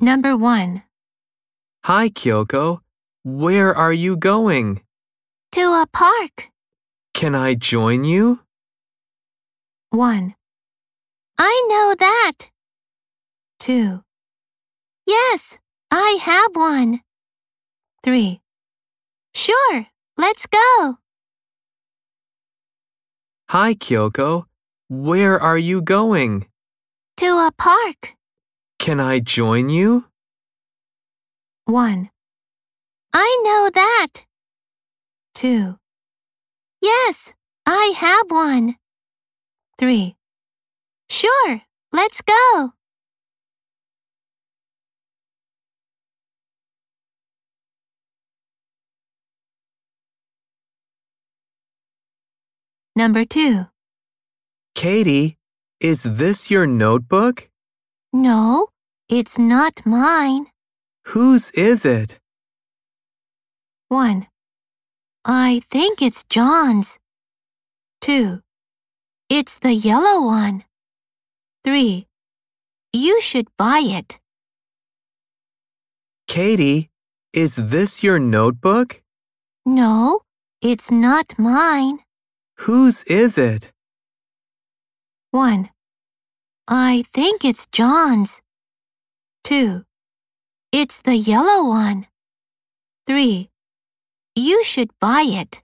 Number 1. Hi, Kyoko. Where are you going? To a park. Can I join you? 1. I know that. 2. Yes, I have one. 3. Sure, let's go. Hi, Kyoko. Where are you going? To a park. Can I join you? 1. I know that. 2. Yes, I have one. 3. Sure, let's go. Number 2. Katie, is this your notebook? No, it's not mine. Whose is it? 1. I think it's John's. 2. It's the yellow one. 3. You should buy it. Katie, is this your notebook? No, it's not mine. Whose is it? 1. I think it's John's. 2. It's the yellow one. 3. You should buy it.